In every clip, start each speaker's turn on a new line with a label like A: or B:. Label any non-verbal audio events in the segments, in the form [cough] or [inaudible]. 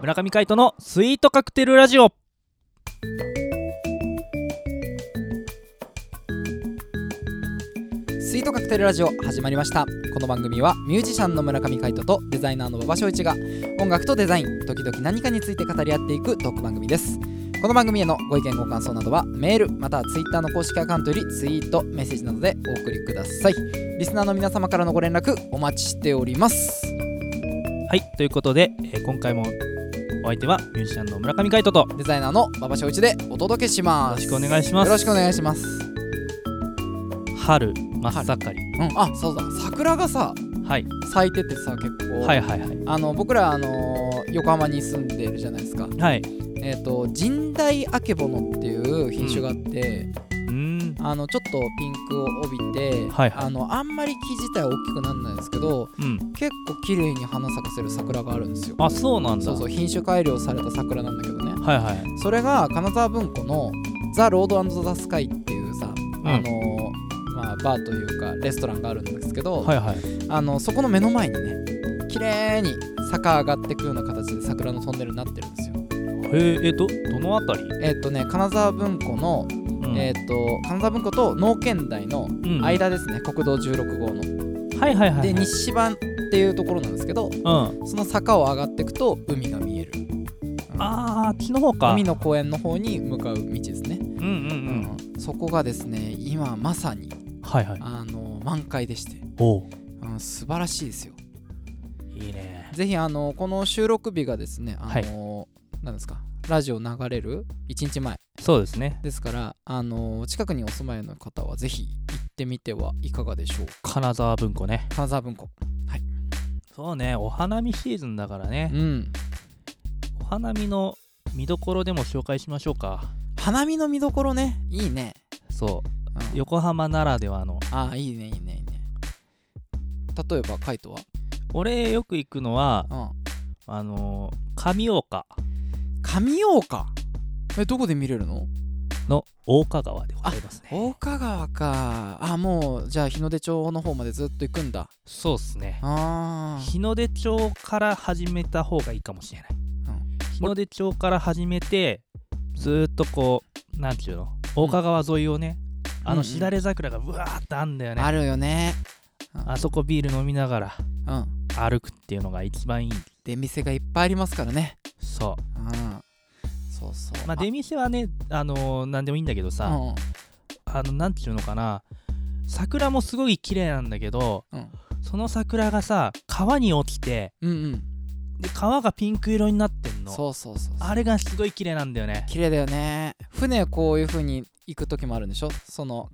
A: 村上海人のスイートカクテルラジオ
B: スイートカクテルラジオ始まりましたこの番組はミュージシャンの村上海人とデザイナーの馬場翔一が音楽とデザイン時々何かについて語り合っていくトーク番組ですこの番組へのご意見ご感想などはメールまたはツイッターの公式アカウントよりツイートメッセージなどでお送りくださいリスナーの皆様からのご連絡お待ちしております
A: はいということで、えー今回もお相手はミュージシャンの村上海人とよ
B: デザイナーの馬場翔一でお届けしま
A: ろ
B: す
A: しくお願いします
B: よろしくお願いします
A: 春真っ盛り
B: うんあそうだ桜がさ
A: はい
B: 咲いててさ結構、
A: はいはいはい
B: あの僕らあの横浜に住んでるじゃないですか
A: はい
B: えー、と神代あけぼのっていう品種があって、
A: うーん
B: あのちょっとピンクを帯びて、
A: はいはい
B: あのあんまり木自体は大きくならないんですけど
A: うん
B: 結構綺麗に花咲かせる桜があるんですよ
A: あそうなんだ
B: そうそう品種改良された桜なんだけどね
A: はいはい
B: それが金沢文庫の「ザ・ロードザ・スカイ」っていうさ、
A: ん
B: あのまあ、バーというかレストランがあるんですけど、
A: はいはい
B: あのそこの目の前にね綺麗に坂上がっていくような形で桜のトンネルになってるんですよ
A: へええどどのあたり、
B: えっ、とね金沢文庫の
A: うん
B: えー、と金沢文庫と農研大の
A: うん
B: 間ですね、国道16号の。
A: はいはいはいはい
B: で西芝っていうところなんですけ
A: う
B: ど
A: ん
B: その坂を上がっていくと海が見える
A: あーあっちの方か
B: 海の公園の方に向かう道ですね、
A: うんうんうん
B: うんそこがですね今まさに
A: はいはい
B: あの満開でして、
A: おう
B: うん、素晴らしいですよ
A: いいね
B: ぜひあのこの収録日がですねあの、なんですかラジオ流れる1日前
A: そうですね
B: ですからあの近くにお住まいの方はぜひ行ってみてはいかがでしょうか
A: 金沢文庫ね
B: 金沢文庫
A: そうねお花見シーズンだからね
B: うん
A: お花見の見どころでも紹介しましょうか
B: 花見の見どころねいいね、
A: そう
B: うん
A: 横浜ならではの
B: ああいいねいいねいいね例えばカイトは
A: 俺よく行くのは
B: うん
A: あのー上岡
B: 上大岡えどこで見れるの
A: の大岡川でございますね
B: 大岡川かあもうじゃあ日の出町の方までずっと行くんだ
A: そうっすね
B: あー
A: 日の出町から始めた方がいいかもしれない、
B: うん
A: 日の出町から始めてずーっとこうなんちゅうの大岡川沿いをね、あ
B: うんう
A: の
B: ん
A: しだれ桜がうわーってあんだよね、
B: あるよね
A: あそこビール飲みながら
B: うん
A: 歩くっていうのが一番いい
B: 出店がいっぱいありますからね
A: そ
B: うんそうそう
A: うまあ出店はねあのーなんでもいいんだけど
B: あ
A: さ、あのなんちゅうのかな桜もすごい綺麗なんだけど
B: うんうん
A: その桜がさ川に落ちて
B: うんうん
A: で川がピンク色になってんの
B: そうそうそうそう
A: あれがすごい綺麗なんだよね
B: 綺麗だよね船こういう風に行く時もあるんでしょその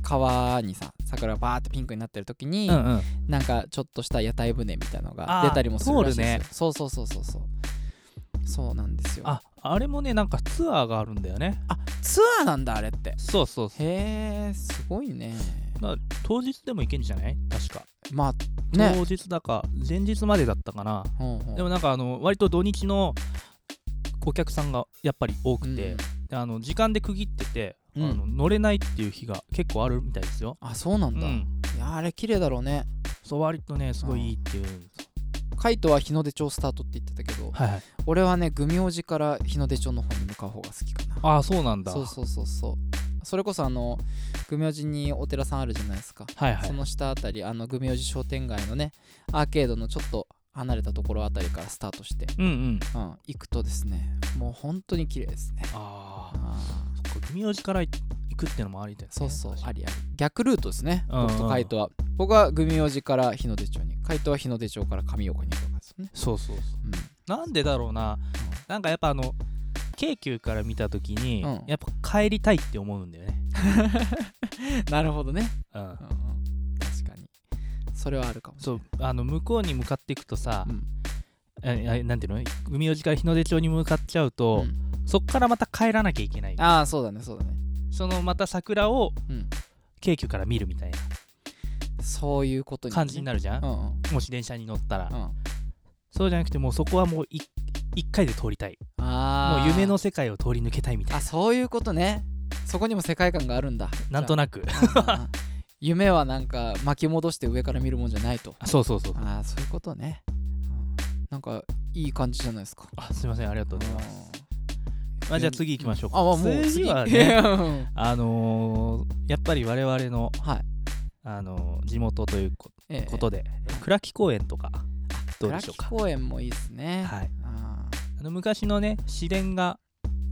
B: 川にさ桜がバーってピンクになってる時に、
A: うんうん
B: なんかちょっとした屋台船みたいなのが
A: あー
B: 出たりもするらしいですよ、
A: 通るね
B: そうそうそうそうそうそうなんですよ
A: ああれもねなんかツアーがあるんだよね
B: あツアーなんだあれって
A: そうそうそう
B: へえすごいね
A: 当日でも行けんじゃない確か、
B: まあね
A: 当日だか前日までだったかな
B: ほうほう
A: でもなんかあの割と土日のお客さんがやっぱり多くて、
B: うん
A: であの時間で区切ってて、
B: うん
A: あの乗れないっていう日が結構あるみたいですよ、
B: あそうな
A: うん
B: だ、
A: ん、
B: いやあれ綺麗だろうね
A: そう割とねすごいいいっていう、
B: カイトは日の出町スタートって言ってたけど
A: はいはい
B: 俺はねグミ王子から日の出町の方に向かう方が好きかな
A: ああそうなんだ
B: そうそうそうそうそれこそあのグミ王子にお寺さんあるじゃないですか
A: はいはい
B: その下あたりあのグミオジ商店街のねアーケードのちょっと離れたところあたりからスタートして、
A: うんうん
B: うん、行くとですねもう本当に綺麗ですね
A: ああ
B: あー
A: そっか組王子から行くってのもありだよね
B: そうそう
A: 確か
B: あ
A: に
B: りあり逆ルートですね
A: うんうん
B: 僕とカイトは僕はグミオジから日の出町にカイトは日の出町から上岡に行くわけですよね、
A: そうそうそう
B: うん、
A: なんでだろうななんかやっぱあの京急から見た時に、
B: うん
A: やっぱ帰りたいって思うんだよね、 [laughs]
B: なるほどね、
A: うん
B: うんうん、確かにそれはあるかもしれ
A: そうあの向こうに向かっていくとさ、
B: うん
A: ええなんていうの海用事から日の出町に向かっちゃう
B: ない、
A: と、
B: うん
A: そっからまた帰らなきゃいけない
B: ああそうだねそうだね
A: そのまた桜を
B: うん
A: 京急から見るみたい
B: そういうこと
A: な
B: に、
A: 感じに
B: な
A: なるじゃん、
B: るうんうん
A: もし電車に乗ったら、
B: うん
A: そうじゃなくてもうそこはもうい一回で通りたい
B: あ
A: も
B: あ
A: う夢の世界を通り抜けたいみたい
B: あそういうことねそこにも世界観があるんだ [laughs]
A: ななんと
B: な
A: なく
B: く夢はなんか巻き戻して上から見るもんじゃないと
A: あそうそうそうそう
B: ああそういうことね、うんなんかいい感じじゃないですか
A: あすいませんありがとうございます、
B: うん
A: まあ、じゃあ次行きましょうか
B: あもう次 [laughs]
A: 次はね
B: うん
A: あのーやっぱり我々の、
B: はい
A: あのー地元というこ
B: ええ
A: ことで、倉木公園とかどうでしょう
B: 倉
A: か
B: 木公園もいいですね、
A: はい、
B: あ
A: あの昔のね市電が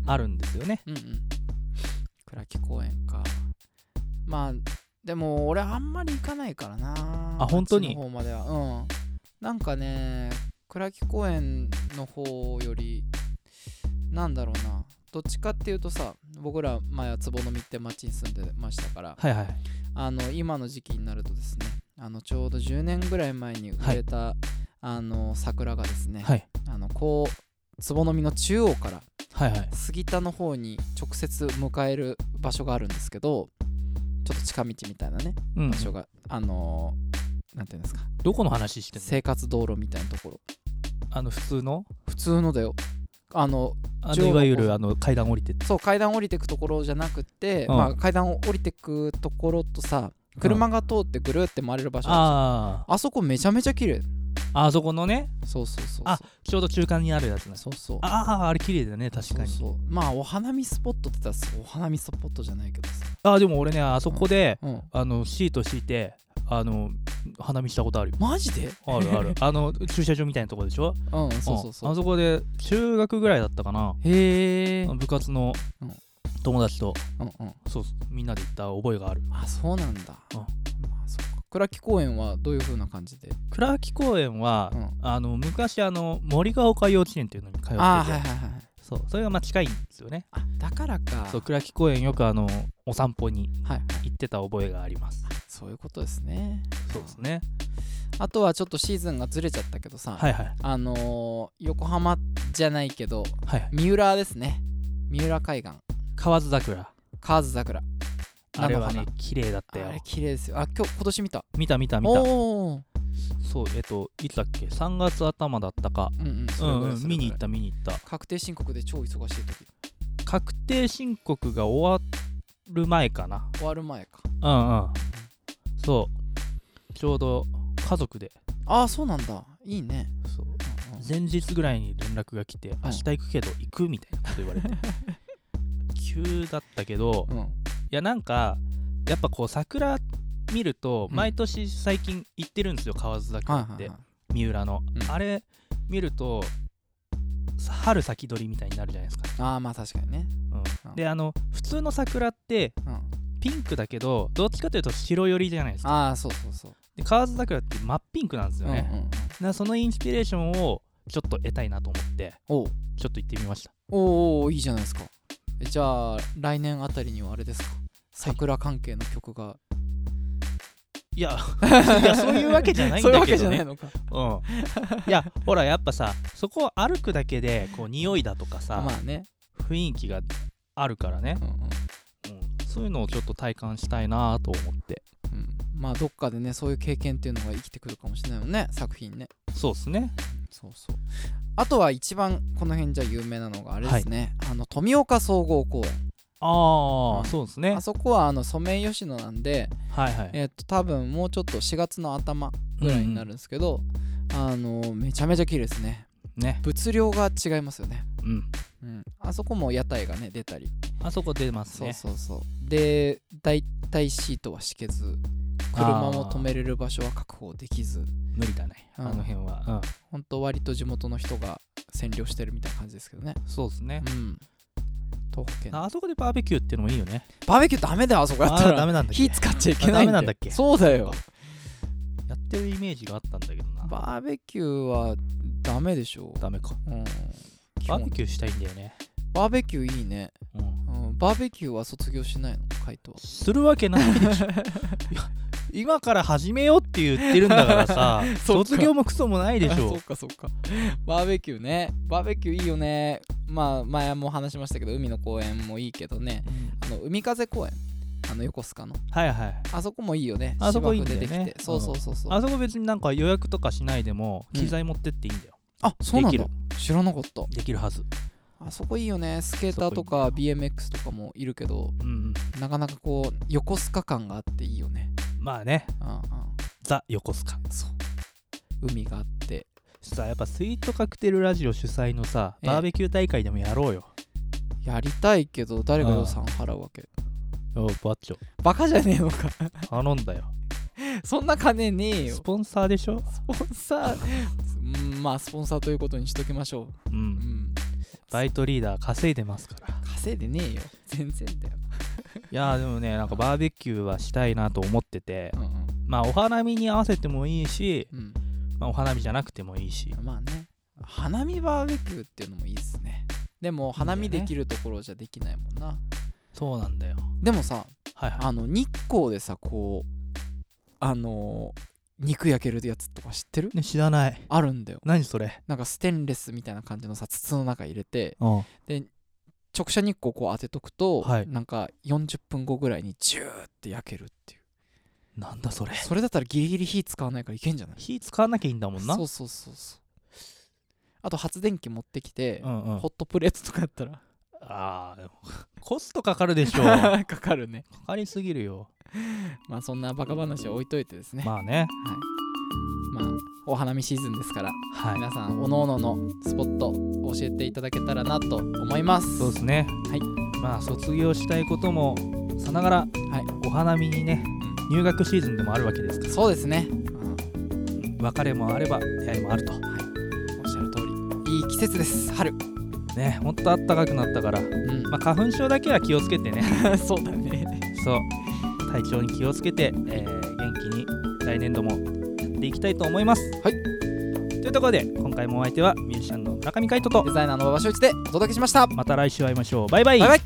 A: あるんですよね
B: ーうんうん倉木公園かまあでも俺あんまり行かないからな
A: あ本当に
B: あっちの方まではうんなんかね倉木公園の方よりなんだろうなどっちかっていうとさ僕ら前は坪の実って町に住んでましたから
A: はいはい
B: あの今の時期になるとですねあのちょうど10年ぐらい前に植えた、あの桜がですね、
A: はい
B: あのこう坪の実の中央から
A: はいはい
B: 杉田の方に直接迎える場所があるんですけどちょっと近道みたいなね
A: うん
B: 場所が、あのーなんていうんですか
A: どこの話してんの
B: 生活道路みたいなところ
A: あの普通の
B: 普通のだよあの
A: あ
B: 中
A: の
B: 央
A: い
B: の
A: わゆ
B: こ
A: るあの階段降りて
B: そう階段降りてくところじゃなくて、
A: うん
B: まあ、階段を降りてくところとさ車が通ってぐるって回れる場所あるじゃん
A: あ
B: あそこめちゃめちゃ綺麗
A: ああそこのね
B: そうそうそうそう
A: あちょうど中間にあるやつなんです
B: そうそう
A: あああれ綺麗だね確かに
B: そうそうまあお花見スポットって言ったらそうお花見スポットじゃないけどさ
A: あでも俺ねあそこで、
B: うん
A: あのシート敷いてあの花見したことあるよ
B: マジで
A: あるある [laughs] あの駐車場みたいなとこでしょ
B: うんそうそうそ
A: んあ
B: う
A: そこで中学ぐらいだったかな
B: へえうん
A: 部活の
B: うん
A: 友達と
B: うん
A: そうそうみんなで行った覚えがある
B: あそうな
A: う
B: んだ
A: ん
B: まあそっか倉木公園はどういう風な感じで
A: 倉木公園は、
B: うん
A: あの昔あの森が丘幼稚園っていうのに通ってて
B: あーはいはいはい
A: そうそれがまあ近いんですよね
B: あだからか
A: そう倉木公園よくあのお散歩に
B: はいはい
A: 行ってた覚えがあります
B: そういうことですね
A: そうですね
B: あとはちょっとシーズンがずれちゃったけどさ
A: はいはい
B: あのー横浜じゃないけど
A: はいはい
B: 三浦ですね三浦海岸
A: 河津桜
B: 河津桜
A: あれは
B: 菜の
A: ね
B: 花
A: 綺麗だったよ
B: あれ綺麗ですよあ今日今年見た
A: 見た見た見た
B: おおー
A: そうえっといつだっけ3月頭だったか
B: うんうん
A: う
B: それ
A: ん
B: ぐらい
A: うん見に行った見に行った
B: 確定申告で超忙しい時
A: 確定申告が終わる前かな
B: 終わる前か
A: うんうんそうちょうど家族で
B: ああそうなんだいいね
A: そう
B: うんうん
A: 前日ぐらいに連絡が来て明日行くけど行くみたいなこと言われ
B: [laughs]
A: て急だったけど
B: うん
A: いやなんかやっぱこう桜見ると
B: うん
A: 毎年最近行ってるんですよ河津
B: は
A: 桜
B: い
A: っ
B: はい
A: て
B: はい
A: 三浦の
B: うん
A: あれ見るとさ春先取りみたいになるじゃないですか、
B: ああまあ確かにね
A: うん
B: うん
A: であの普通の桜って
B: うん
A: ピンクだけどどっちかというと白寄りじゃないですか
B: ああそうそうそう
A: で河津桜って真っピンクなんですよね、
B: うんうんうん
A: なそのインスピレーションをちょっと得たいなと思って
B: おう
A: ちょっと行ってみました
B: おうおういいじゃないですかえじゃあ来年あたりにはあれですか桜関係の曲が、
A: いやいやそういうわけじゃないん
B: そういう
A: だ
B: わ
A: け
B: けじ
A: ど
B: ゃな
A: ね
B: いのか
A: うん、いやほらやっぱさそこを歩くだけでこう匂いだとかさ、
B: まあね、
A: 雰囲気があるからね、
B: うんうん
A: うん、そういうのをちょっと体感したいなと思って
B: うん、まあどっかでねそういう経験っていうのが生きてくるかもしれないもんね作品ね
A: そうっすね
B: そうそうあとは一番この辺じゃ有名なのがあれですね、あの富岡総合公園
A: ああ、
B: うん
A: そうですね
B: あそこはあのソメイヨシノなんで、
A: はいはい
B: えっと多分もうちょっと4月の頭ぐらいになるんですけど、あのめちゃめちゃ綺麗ですね
A: うんね
B: 物量が違いますよね、
A: うん
B: うん、あそこも屋台がね出たり
A: あそこ出ます
B: そ
A: ね
B: うそうそうで大体シートは敷けず車も止めれる場所は確保できず
A: 無理だね、
B: うん
A: あの辺は、
B: 本当割と地元の人が占領してるみたいな感じですけどね
A: うん、そうですね
B: う、ん東北県
A: あそこでバーベキューっていうのもいいよね
B: バーベキューダメだよあそこやった
A: あ
B: ら
A: れダメなんだっけ
B: 火使っちゃいけないんだよ
A: あダメなんだっけ
B: そうだよ
A: やってるイメージがあったんだけどな
B: バーベキューはダメでしょ
A: ダメか
B: うん
A: バーベキューしたいんだよね、
B: バーベキューいいね、
A: うん、
B: うん、バーベキューは卒業しないの回答
A: するわけないでしょい
B: [laughs]
A: や今から始めようって言ってるんだからさ
B: [laughs] そっか
A: 卒業もクソもないでし
B: そ
A: ょ
B: っかそっかバーベキューねバーベキューいいよねまあ前も話しましたけど海の公園もいいけどね
A: うん
B: あの海風公園あの横須賀の
A: はいはい
B: あそこもいいよね
A: あそこいいんだよね
B: 芝生出てきてそうそうそうそう
A: あそこ別になんか予約とかしないでも
B: うん
A: 機材持ってっていいんだよ、
B: あそうなん
A: でき
B: だ
A: る
B: 知らなかった
A: できるはず
B: あそこいいよねスケーターと
A: あ
B: か
A: そこい
B: BMX とかもいるけど
A: うん
B: なかなかこう横須賀感があっていいよね
A: うんまあね
B: うんうん、
A: ザ横須賀
B: そう海があって
A: さやっぱスイートカクテルラジオ主催のさ
B: ええ
A: バーベキュー大会でもやろうよ、
B: やりたいけど誰が予算払うわけ
A: おうバッチョ
B: バカじゃねえのか
A: 頼んだよ
B: そんな金ねえよ
A: スポンサーでしょ
B: スポンサーうんまあスポンサーということにしときましょ
A: う
B: う、うんん、
A: バイトリーダー稼いでますから
B: 稼いでねえよ全然だよ、
A: いやーでもねなんかバーベキューはしたいなと思ってて
B: うん
A: まあお花見に合わせてもいいし、
B: うん
A: まあ、お花見じゃなくてもいいし
B: うん、まあね花見バーベキューっていうのもいいですねでも花見できるところじゃできないもんな
A: そうなんだよ
B: でもさ
A: はいはい
B: あの日光でさこうあのー肉焼けるやつとか知ってる
A: ね知らない
B: あるんだよ
A: 何それ
B: なんかステンレスみたいな感じのさ筒の中入れて
A: うん
B: 直射日光こう当てとくと、
A: はい
B: なんか40分後ぐらいにジューって焼けるっていう
A: なんだそれ
B: それだったらギリギリ火使わないからいけんじゃない
A: 火使わなきゃいいんだもんな
B: そうそうそうそうあと発電機持ってきて、
A: うんうん
B: ホットプレートとかやったら
A: あーでもコストかかる [laughs] でしょか
B: [laughs] かかるね
A: かりすぎるよ
B: まあそんなバカ話は置いといてですね、
A: まあね
B: まあお花見シーズンですから
A: はい
B: 皆さんおのののスポットを教えていただけたらなと思います
A: そうですね
B: はい
A: まあ卒業したいこともさながら
B: はい
A: お花見にね入学シーズンでもあるわけですか
B: そうですね、
A: ら別れもあれば出会いもあると
B: おっしゃる通りいい季節です春
A: ねほんとあったかくなったから
B: うん、
A: まあ、花粉症だけは気をつけて
B: [laughs]
A: ね [laughs]
B: そうだね
A: そう体調に気をつけて、えー元気に来年度もやっていきたいと思います
B: はい
A: というところで今回もお相手はミュージシャンの村上海人と
B: デザイナーの馬場所一でお届けしました
A: また来週会いましょうバイバイ
B: バイバイ